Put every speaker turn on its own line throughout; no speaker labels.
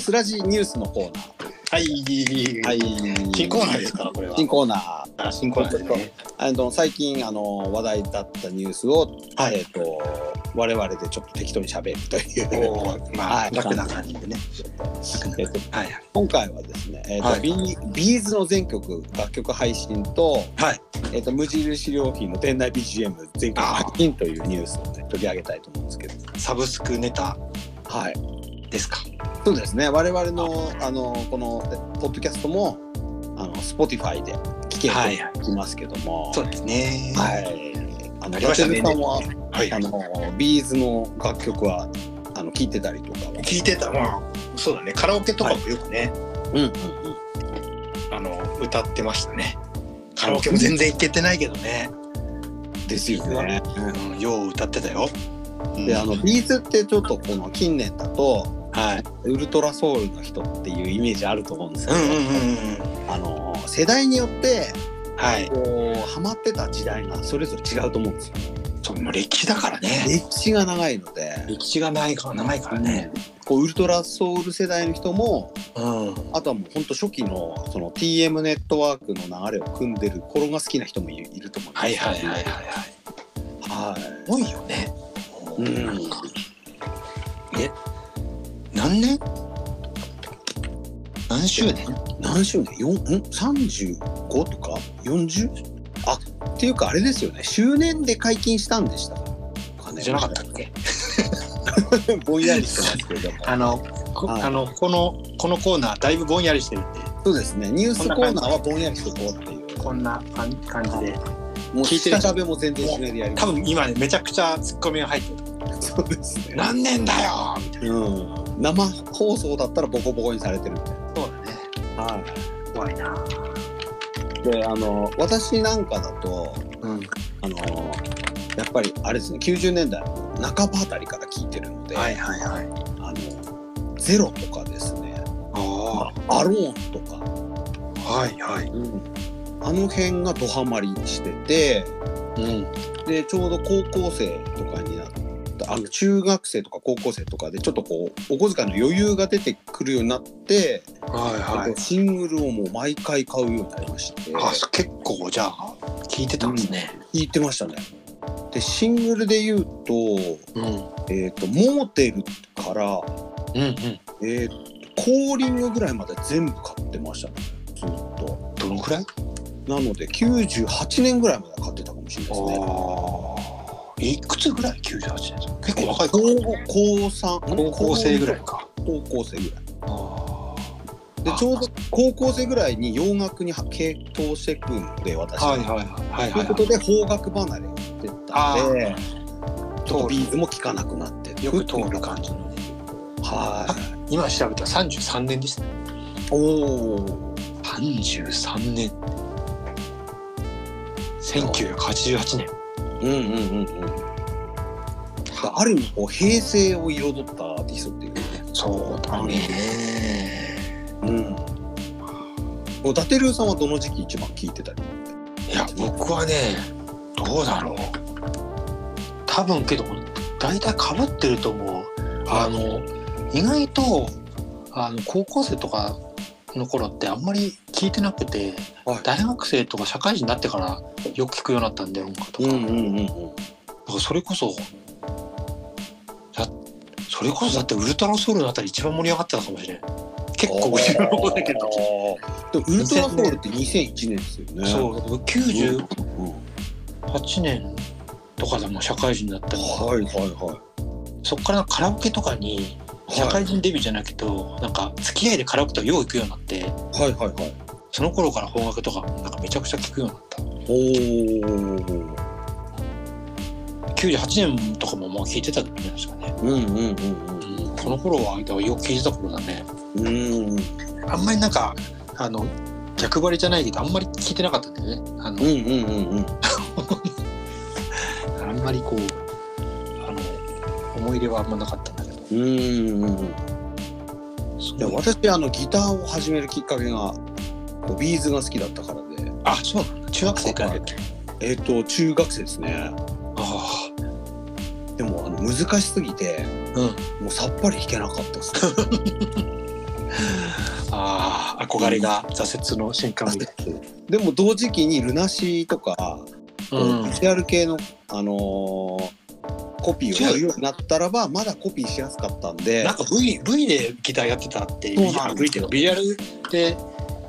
スラジニュースのコーナ
はい。
ー。はい。
新コーナーですから、これは。
新コーナー。
あ新コーナーですね。
あの最近あの話題だったニュースを、
は
え
い
っ、と我々でちょっと適当に喋ると いう。
おーま
は
あ、
い
楽な感じでね。
えっと
はいはい。
今回はですね、えっと
はい
ビービーズの全曲楽曲配信と,、
はい
えっと無印良品の店内 BGM 全曲配信というニュースを、ね、取り上げたいと思うんですけど、
サブスクネタ
はい、
ですか。
そうですね我々のあのこのポッドキャストもあの Spotify で聴ける
はいはい
ときますけども、
そうですね。
はいあの
ありましたね
伊達さんは
はい
あ。のビーズの楽曲はあの聞いてたりとかは、
聞いてた、まあ、そうだね。カラオケとかもよくね、
うんうん
あの、歌ってましたね。カラオケも全然行けてないけどね。
うん、ですよね。
うん、よう歌ってたよ。うん
であのビーズってちょっとこの近年だと
はい。
ウルトラソウルの人っていうイメージあると思うんですけ
う
ど、
んうんうんうん。
あの世代によって
はい。
こうハマってた時代がそれぞれ違うと思うんですよ。
そう、もう歴史だからね。
歴史が長いので、
歴史がないから、長いからね。
こうウルトラソウル世代の人も
うん。
あとはもうほんと初期のその TM ネットワークの流れを組んでる頃が好きな人もいるいると思うんです
はい
よ
はいはいはいはい。
はい
多いよね。
うん
なんかえ、何年何周年
何周年よんん ?35 とか 40? あっていうかあれですよね周年で解禁したんでしたかね
じゃなかったっけ
ぼんやりしてますけれども
あの、こ
はい
あのこのこのコーナーだいぶぼんやりしてるんで、
そうですねニュースコーナーはぼんやりしてこうっていう
こんな感感じで。
もう
聞いてる
下食べも全然しないでやりま
多分今ねめちゃくちゃツッコミが入ってる。
すそうですね
何年だよみたい
うん生放送だったらボコボコにされてるみたい
な。そうだね。
なはい
怖いな。
であの私なんかだと
うん。
あのやっぱりあれですね90年代の半ばあたりから聞いてるので、
はいはいはい。
あのゼロとかですね
あ
アローンとか、
あ。はいはい。
あの辺がドハマりしてて
うん。
でちょうど高校生とかになったあの中学生とか高校生とかでちょっとこうお小遣いの余裕が出てくるようになって、
はいはい。
シングルをもう毎回買うようになりまして
あそ結構じゃあ聞いてたんですね。
聞いてましたね。でシングルで言うと,、
うん。うん
えー、とモーテルから、
うん。
えーとコーリングぐらいまで全部買ってましたねずっと。
どのくらい？
なので98年ぐらいまで買ってたかもしれないですね。
ああ。いくつぐらい？九十八年。結構若いか
高
ら。
高三
高校生ぐらいか。
高校生ぐらい
あ
でちょうど高校生ぐらいに洋楽に傾倒してくんで私
はいはいはいはい
と
はいいうは
こと
い。
で邦楽離れをしてた
あ
ん
ー
でちょっとビーズも聴かなくなって
よく通る感じのね。
はい
今調べたら三十三年ですね。
おお
三十三年。千九百八十八年。
うんうんうんうんある意味こう平成を彩ったアーティストっていうね
そうだね。
うんもう伊達流さんはどの時期一番聴いてたり
いや僕はねどうだろう多分けど大体かぶってると思うあの意外とあの高校生とかの頃ってあんまり聞いてなくて
はい
大学生とか社会人になってからよく聞くようになったんで音楽とか,、だ
うんうんうん
からそれこそだそれこそだってウルトラソウルのあたり一番盛り上がってたかもしれん結構後ろの方だけど
でもウルトラソウルって2001年ですよね。
そう98
うん
年とかでもう社会人だったりとか
はいはいは
そこからカラオケとかに
い。
社会人デビューじゃなくて、なんか付き合いでカラオケとかよう行くようになって
はいはいはい。
その頃から邦楽とかなんかめちゃくちゃ聴くようになっ
おお。
た98年とかもまあ聴いてたんじゃないですかね、
うんうんうん
うん、この頃はだからよく聴いてた頃だね
うん。うん
あんまりなんかあの逆張りじゃないけどあんまり聴いてなかったんだよねあの、
うんうんうんうん。
あんまりこうあの思い入れはあんまなかったんだけど
うんうんうん。
そう
いや私あのギターを始めるきっかけがこうビーズが好きだったからで、
あそうなんだ中学生からだっけ
えっ、と中学生ですね。
あ
でもあの難しすぎて、
うん
もうさっぱり弾けなかったです、ね。
ああ憧れが挫折の瞬間を見て
でも同時期にルナシーとか、
うん
ビジュアル系の、あのーコピーをやるようになったらばまだコピーしやすかったんで
なんか V, v でギターやってたって
そうなんで
V
す
で
よ
ビジュアルで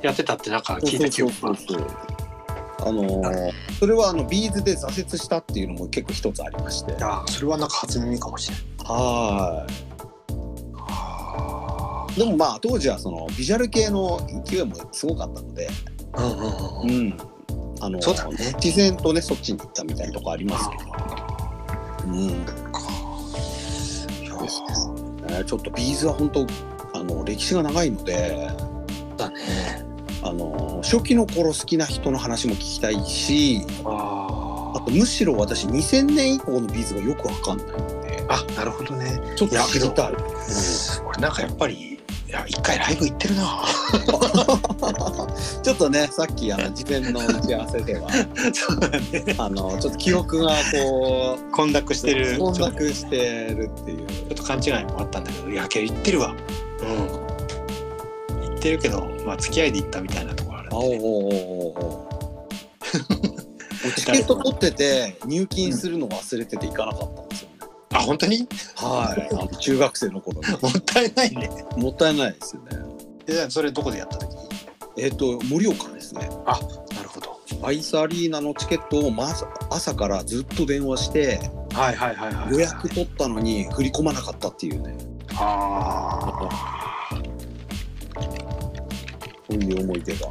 やってたってなんか聞いた記憶がある
そうそうそうそうあのーそれはあのビーズで挫折したっていうのも結構一つありまして
あーそれはなんか初耳かもしれない
は
あ
いでもまあ当時はそのビジュアル系の勢いもすごかったので、
ーうんうんうん
ん、あの
そうだね
自然とねそっちに行ったみたいなとこありますけど、うん
いや
です
ー
えーちょっとビーズは本当あの歴史が長いので
だね。
あの初期の頃好きな人の話も聞きたいし
あ
あとむしろ私2000年以降のビーズがよくわかんないので
あ。あ、なるほどね。
ちょっと知りたい。
俺なんかやっぱり、いや、一回ライブ行ってるな。
ちょっとねさっきあの事前の打ち合わせで は
そうだね。
あのちょっと記憶がこう
混濁してる。
混
ちょっと
濁してるっていう
ちょっと勘違いもあったんだけど、いや、けど行ってるわ。うん。行ってるけど、まあ、付き合いで行ったみたいなところあるん
あ
で
おう
ね。
おうおうおう チケット取ってて入金するの忘れてて行かなかったんですよね。
あ、本当に
はい、あの中学生の頃 に
もったいないね。
もったいないですよね。
で、じゃあそれどこでやった時
えっ、と盛岡ですね。
なるほど。
アイスアリーナのチケットをまず朝からずっと電話して
はいはいはいはい。
予約。取ったのに振り込まなかったっていうね
ああ。
そういう思い出が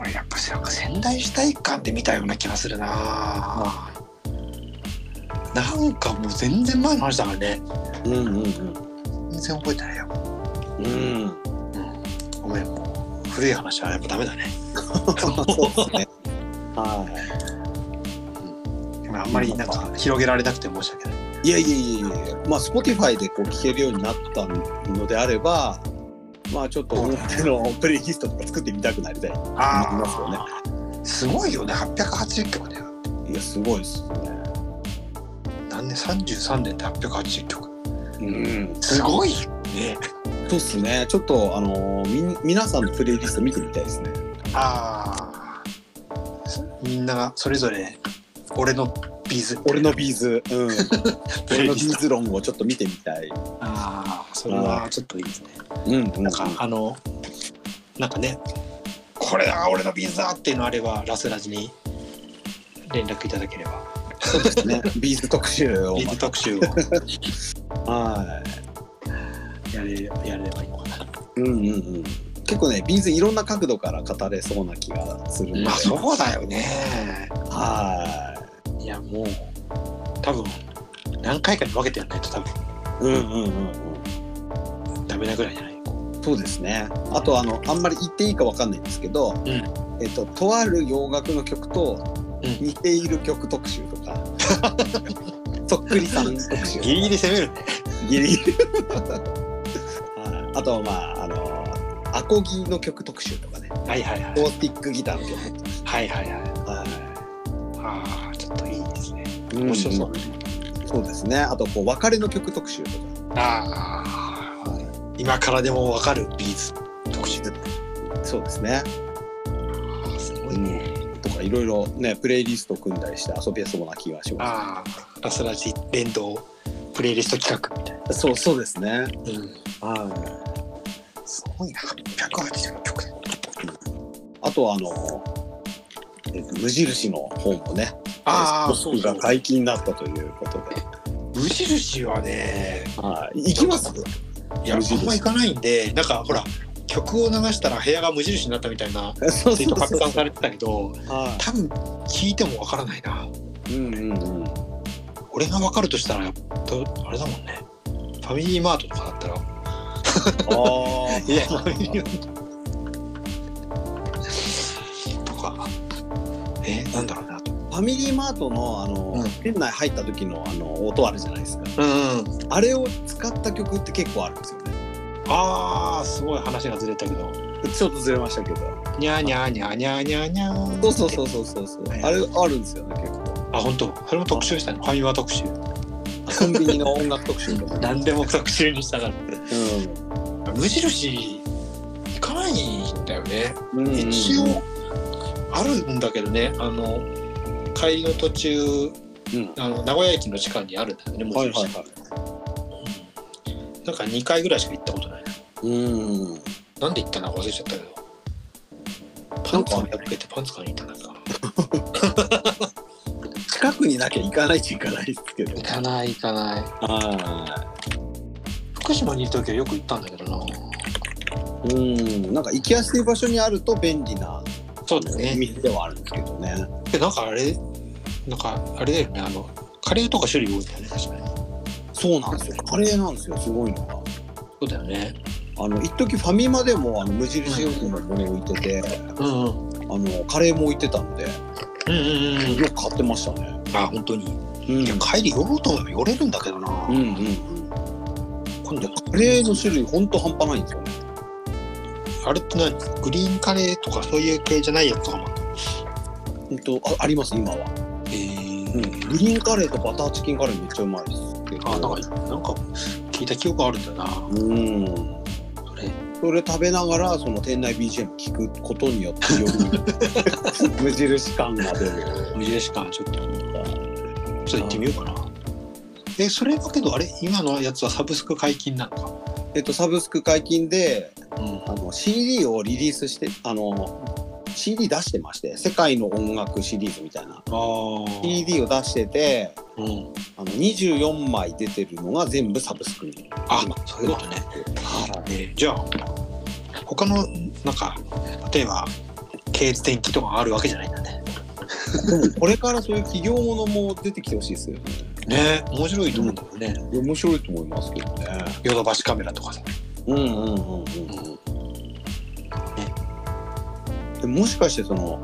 俺やっぱなんか仙台市体育館で見たような気がするな、なんかもう全然前の話だからね
うんうんうん
全然覚えてないよ、
うん
うん、ごめんもう古い話はやっぱダメだね
そうですねは
今あんまりなんか広げられなくて申し訳ない
いいやいやいやいやまあ Spotify でこう聴けるようになったのであればまあちょっと表のプレイリストとか作ってみたくなりたい
あ
ー
りますよねすごいよね880曲だよ
いやすごいですね
何年33年で880曲
うん
すごいね
そうっすねちょっとあのみ皆さんのプレイリスト見てみたいですね
あーみんながそれぞれ俺のビーズ
俺のビーズうん
プレ
俺
イ
の
リ
ビ
スト
ーズ論をちょっと見てみたい
ああそれはちょっといいですね
うん、うん
なんか、あの、なんかね、これだ、俺のビーズだっていうのあれば、ラスラジに連絡いただければ、
そうですね。ビーズ特集を
ビーズ特集を
は
やれやれればいいのかな。
い。うんうんうん。結構ね、ビーズいろんな角度から語れそうな気がするんで。
まあ、そうだよね。
はい
や、もう、多分何回かに分けてやらないと、多分
い。うんうんうん
ダメなぐらいじゃない。
うん。そうですね。あとあのあんまり言っていいかわかんないんですけど、
ん
えっととある洋楽の曲と
うん
似ている曲特集と か。そっくりさん特集
ギリギリ攻めるね。
ギリギリはいあとはまああのアコギの曲特集とかね
はいはいはい。
オースティックギターの曲と
はいはいはい。
か、はい、
ああ、ちょっといいですね。
面
面白そう。
そうですね。あとこう別れの曲特集とか。
ああ、今からでも分かるビーズ特集。
そうですね。
ああ、すごいね。
とかいろいろねプレイリスト組んだりして遊びやそうな気がしま
ああ、ラスラジ連動プレイリスト企画みたい
す。そうそうですね。
な。うん、
はい。
すごいな、880曲。
あとはあの、えっと無印の本もね、
ああ、
ス
そ
ト
う
ック
だ
が。解禁になったということで。
無印はね、
はい。行きます。
いや、あ
無印
んま行かないんで、なんかほら、曲を流したら部屋が無印になったみたいな
そう
ツイート拡散されてたけど、
は
多分聞いてもわからないな。
い。うん うんうん。
俺がわかるとしたら、やっとあれだもんね。ファミリーマートとかだったら、
ああ。
いや、ファミリーマートとか、え、なんだろうなと。
ファミリーマートのあの、
うん
店内入った時のあの音あるじゃないですか。
うんうん。
あれを使った曲って結構あるんですよね。
あーすごい話がずれたけど
ちょっとずれましたけど。
にゃーにゃーにゃーにゃーにゃーにゃー
そうそうそうそうそうそう。
はい
あれあるんですよね結構。
あ本当それも特集したのファミマ特集
コンビニの音楽特集とか。
何でも特集にしたから
うん。
無印行かないんだよね。
うんうんうん
一応あるんだけどねあの帰りの途中
うん
あの名古屋駅の時間にあるんだよね無
はい
印、
はいはい
うんなんか2回ぐらいしか行ったことないな
うん
なんで行ったのか忘れちゃったけどパンツを破けてパンツ買いに行ったんだか
近くになきゃ行かないっちゃ行かないですけど
行かない行かない
は
福島にいる時はよく行ったんだけどない
うんなんか行きやすい場所にあると便利な
そう
お店ではあるんですけどね
でなんかあれなんかあれだよねあのカレーとか種類多いんだよね確かに
そうなんですよカレーなんですよすごいのが
そうだよね
あの一時ファミマでもあの無印良品の骨置いてて
うんうん
あのカレーも置いてたのでよ
うんうんうん
く買ってましたね
あ本当に
うん
いや帰り寄ろうと思えば寄れるんだけどな、
うんうんうん
今度
カレーの種類ほんと半端ないんですよね
あれって何グリーンカレーとかそういう系じゃないやつとかも
ほんとああります今は、
えー
うん、グリーンカレーとバターチキンカレーめっちゃうまいですけど
あなんかなんか聞いた記憶あるんだよな
うん
それ
それ食べながらその店内 BGM 聞くことによってより 無印感が 出る。
無印感ちょっとちょっと行ってみようかなえそれだけどあれ今のやつはサブスク解禁なのか
えっとサブスク解禁で
うん
あの CD をリリースしてあの CD 出してまして世界の音楽シリーズみたいな
あー
CD を出してて
うん
あの24枚出てるのが全部サブスクに。
あそういうことねえーじゃあ他のなんか例えば系列転機とかあるわけじゃないんだね
でもこれからそういう企業ものも出てきてほしいですよね。
ね面白いと思うんだよね
いや面白いと思いますけどね。
ヨドバシカメラとかさ
うんうんうんうんうん。でもしかしてその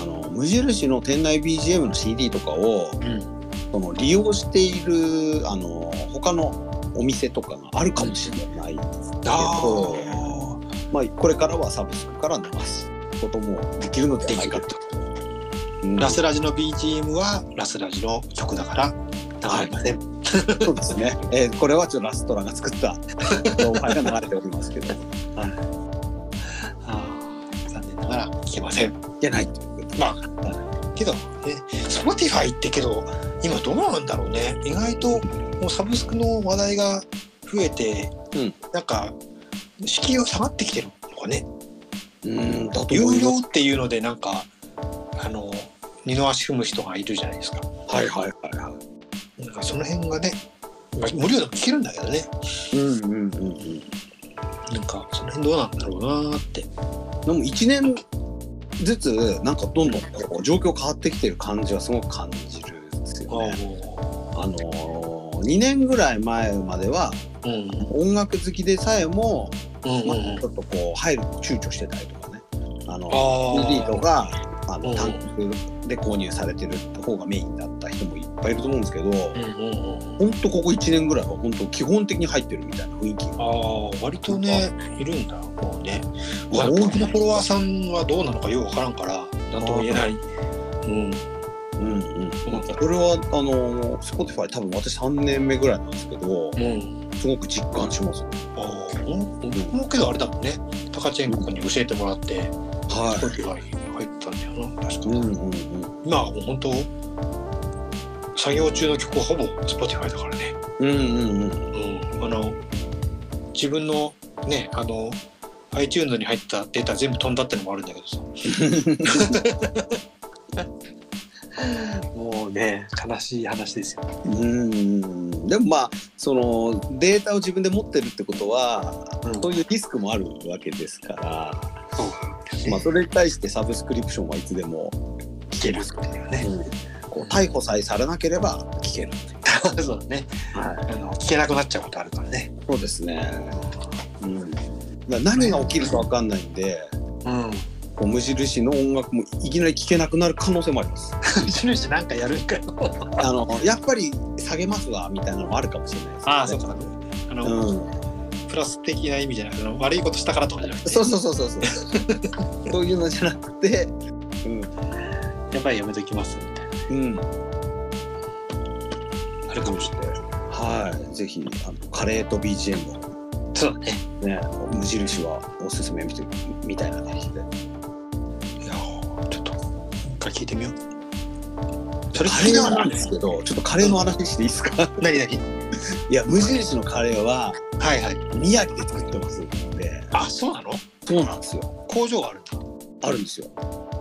あの無印の店内 BGM の CD とかを
うん
その利用しているあの他のお店とかがあるかもしれないですけど、
ああ
まあ、これからはサブスクから流すこともできるのではないかと。うん
ラスラジの BGM はラスラジの曲だから流れません。
そうですね、えーこれはちょっとラストラが作った動画が流れておりますけど、い
あー残念ながら聞けません。
けないということで
まあけどね、Spotify ってけど今どうなんだろうね。意外ともうサブスクの話題が増えて、
うん
なんか敷居が下がってきてるのかね。
うんだと
有
思いま
料
す。
っていうのでなんかあの二の足踏む人がいるじゃないですか。
はいはいはいは
なんかその辺がね、まあ無料でも聞けるんだけどね。
い。うんうんうんうん。
なんかその辺どうなんだろうなーって。
でも1年ずつなんかどんどんこう状況変わってきてる感じはすごく感じるんですよね。あのー、2年ぐらい前までは
うん
音楽好きでさえも、
うんうん
まあ
うん
ちょっとこう入るの躊躇してたりとかねあの
あー
CD とかあ
う
の
ん
単独で購入されてる方がメインだった人もいっぱいいると思うんですけど、
うんうんうん、
ほんとここ1年ぐらいは本当基本的に入ってるみたいな雰囲気が
あー割とねいるんだもうね
うわ
僕のフォロワーさんはどうなのかよくわからんからなんとも言えない、うん、
うんうん、それはあの Spotify 多分私3年目ぐらいなんですけど、
うん、
すごく実感します。
ああ僕もけどあれだもんねタカチェンコ君に教えてもらって
は
スポティファイ入ったんだよな確か
うん
に、
うんうん。
今はもう本当作業中の曲はほぼ Spotify だからね、
うんうんうん。
うん、あの自分のねあの iTunes に入ったデータ全部飛んだってのもあるんだけどさもうね悲しい話ですよ。
うんうん。でもまあそのデータを自分で持ってるってことは、そういうリスクもあるわけですから、まあそれに対してサブスクリプションはいつでも、
聞けるっていうね。
こう逮捕さえされなければ聞ける。
そうだね。
は
あの聞けなくなっちゃうことあるからね
い。。そうですね。うん。だから何が起きるかわかんないんで、
うん。
こう無印の音楽もいきなり聞けなくなる可能性もあります。
一主なんかやるんかよ。
あのやっぱり下げますわみたいなのもあるかもしれないです、ね。
か。あの、
うん。
プラス的な意味じゃなくてあの悪いことしたからとかじゃなくて
そうそうそうそうそう。そういうのじゃなくて、
やっぱりやめときますみたい
うん、うん、
なあるかもしれない
はい、ぜひあのカレーと BGM を
そうだね
ね、無印はおすすめみたいみたいな感じで。
いやーちょっと一回聞いてみよう
それカレーなんですけど、ちょっとカレーの話していいですか
何何
いや、無印のカレーは
はいはい
宮城で作ってますんで、
あそうなの
そうなんですよ。
工場があるんだ
あるんですよ。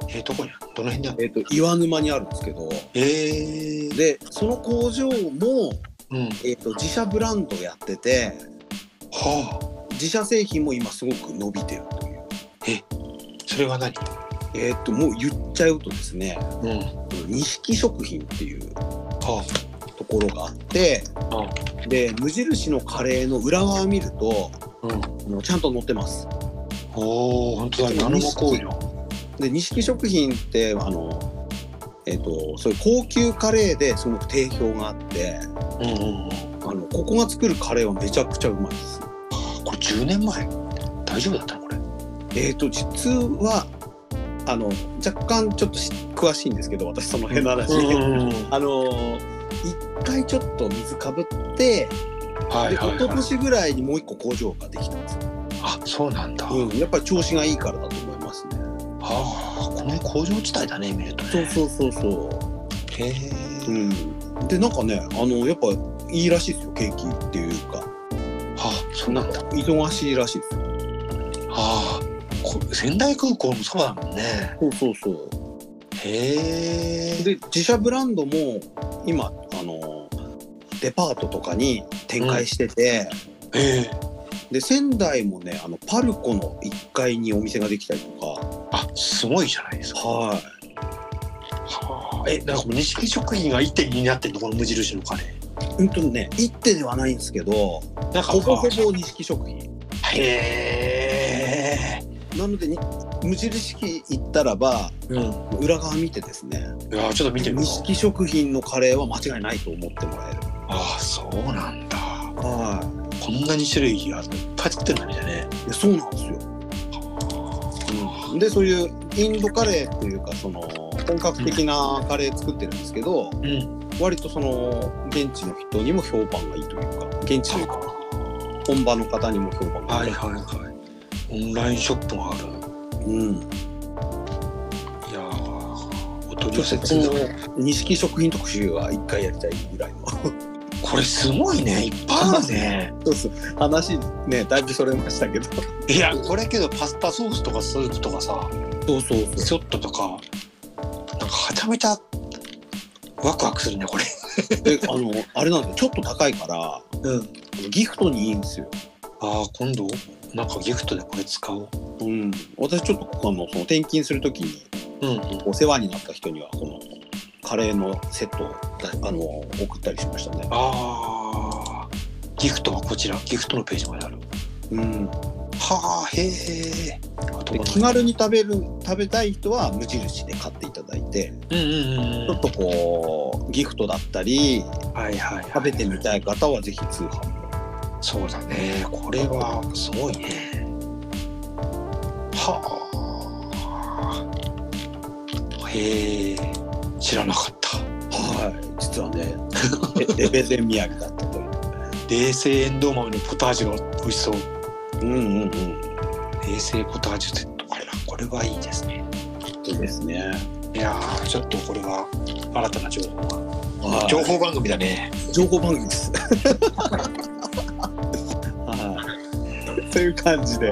えー、どこにあるどの辺にある
えっ、と、岩沼にあるんですけど、
えー、
で、その工場も、
うん
えっ、と、自社ブランドやってて、
は
自社製品も今すごく伸びてるという。
あそれは何
えっ、と、もう言っちゃうとですね、
うん
錦食品っていう
は
ところがあって、で、無印のカレーの裏側を見ると、
あうん
あのちゃんと載ってます。
おお本当だ七間工場
で錦食品ってあのえっ、とそういう高級カレーですごく定評があって
うんうんうん
あのここが作るカレーはめちゃくちゃうまいです
これ10年前大丈夫だったのこれ
えっ、と実はあの若干ちょっとし詳しいんですけど私その辺の話、
うん
あの一回ちょっと水かぶって、
はい
で
はい、
一昨
はい、
年ぐらいにもう一個工場ができたんですよ、
あそうなんだ、
うん、やっぱり調子がいいからだと思いますね
ああこの辺工場地帯だね見ると
そう
ね
そうそうそ
へえ
う、うん、でなんかねあのやっぱいいらしいですよケーキっていうか
あそう
な
なんん
か
だ
忙しいらしいですよ。
ああこ仙台空港もそうだもんね
そうそうそ
へえ
で自社ブランドも今あのデパートとかに展開してて、
へえ
で仙台もねあのパルコの1階にお店ができたりと
あすごいじゃないです
か
か
は
はあえなんかこの錦食品が1点になってんのこの無印のカレー
いうんとね一手ではないんですけどほ
なんか
ぼほぼ錦食品
へえ
なのでに無印行ったらば
うんい
裏側見てですね
やちょっと見てみよう
錦食品のカレーは間違いないと思ってもらえる
ああそうなんだ
は
こんなに種類あるのいっぱい作ってるんだみたいね
いいやそうなんですよでそういうインドカレーっていうかその本格的なカレー作ってるんですけど、
うん
割とその現地の人にも評判がいいというか現地というか本場の方にも評判が
はいい
い、
はいはいオンラインショップもある
うん、
いやーお取り
ちょっ
寄せ
と
つな
この錦食品特集は一回やりたいぐらいの
これすごいねいっぱいあるね
そうそう話ねだいぶそれましたけど
いやこれけどパスタソースとかスープとかさ
そうそう
リゾットとかなんかはちゃめちゃワクワクするねこれ
であのあれなんですよちょっと高いから
うん
ギフトにいいんですよ、
ああ今度なんかギフトでこれ使おう
うん、私ちょっとここあのその転勤するときに
うんうん
お世話になった人にはこのカレーのセットをあの送ったりしましたね。
ああギフトはこちらギフトのページまである
うん、
はあへえ
で気軽に食べる食べたい人は無印で買っていただいて、
うんうんうん
ちょっとこうギフトだったり
はいはい、はい、
食べてみたい方はぜひ通販も。
そうだねこれはすごいねはあへえ知らなかった
はい、実はねレレベゼン宮城だったという。
冷製エンドウ豆のポタージュが美味しそう
うんうんうん。
冷製ポタージュセットあらこれはいいですね
そうですね。
いやーちょっとこれは新たな情報が
はい
情報番組だね
情報番組です。はい。という感じで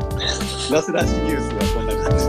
ラスラジニュースはこんな感じ。